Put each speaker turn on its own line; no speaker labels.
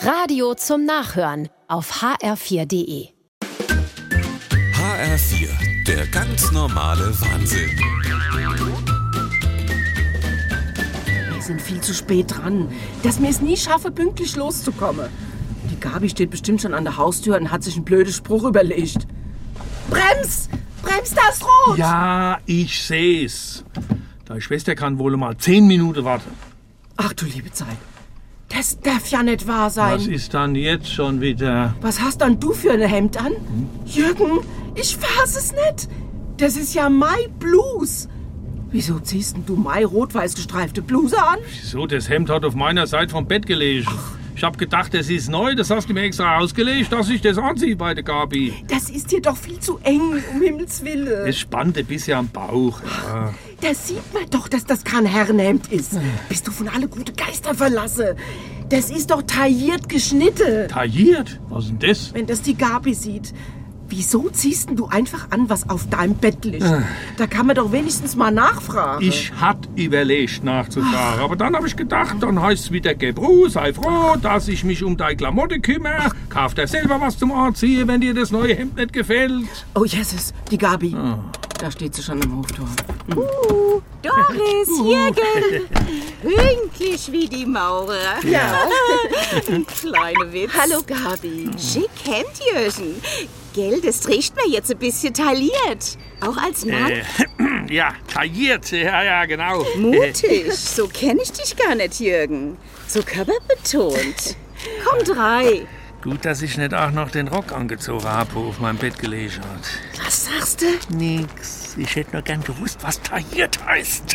Radio zum Nachhören auf hr4.de.
HR4, der ganz normale Wahnsinn.
Wir sind viel zu spät dran, dass mir es nie schaffe, pünktlich loszukommen. Die Gabi steht bestimmt schon an der Haustür und hat sich einen blöden Spruch überlegt. Brems! Brems das Rot!
Ja, ich seh's. Deine Schwester kann wohl mal zehn Minuten warten.
Ach du liebe Zeit. Das darf ja nicht wahr
Was
sein.
ist dann jetzt schon wieder?
Was hast dann du für ein Hemd an? Jürgen, ich fass es nicht. Das ist ja mein Blues. Wieso ziehst denn du mein rot-weiß gestreifte Bluse an?
Wieso, das Hemd hat auf meiner Seite vom Bett gelegen. Ich hab gedacht, das ist neu, das hast du mir extra ausgelegt, dass ich das anziehe bei der Gabi.
Das ist dir doch viel zu eng, um Himmels Willen.
Es spannt ein bisschen am Bauch. Ja.
Da sieht man doch, dass das kein Herrenhemd ist. Bist du von alle gute Geister verlasse? Das ist doch tailliert geschnitten.
Tailliert? Was ist denn das?
Wenn das die Gabi sieht. Wieso ziehst denn du einfach an, was auf deinem Bett liegt? Da kann man doch wenigstens mal nachfragen.
Ich hatte überlegt nachzufragen, aber dann hab ich gedacht, dann heißt's wieder Gebru, sei froh, dass ich mich um deine Klamotte kümmere. Kauf dir selber was zum Anziehen, wenn dir das neue Hemd nicht gefällt.
Oh, Jesus, die Gabi. Da steht sie schon am Hoftor.
Doris, Jürgen, pünktlich wie die Maurer. Ja. Kleine Witz. Hallo, Gabi. Schick Hemd, Jürgen. Gell, das riecht mir jetzt ein bisschen tailliert. Auch als Mann.
Äh. Ja, tailliert, ja, ja, genau.
Mutig. So kenne ich dich gar nicht, Jürgen. So körperbetont. Komm, drei.
Äh, Gut, dass ich nicht auch noch den Rock angezogen habe, wo auf meinem Bett gelegen hat.
Was sagst du?
Nix. Ich hätte nur gern gewusst, was tailliert heißt.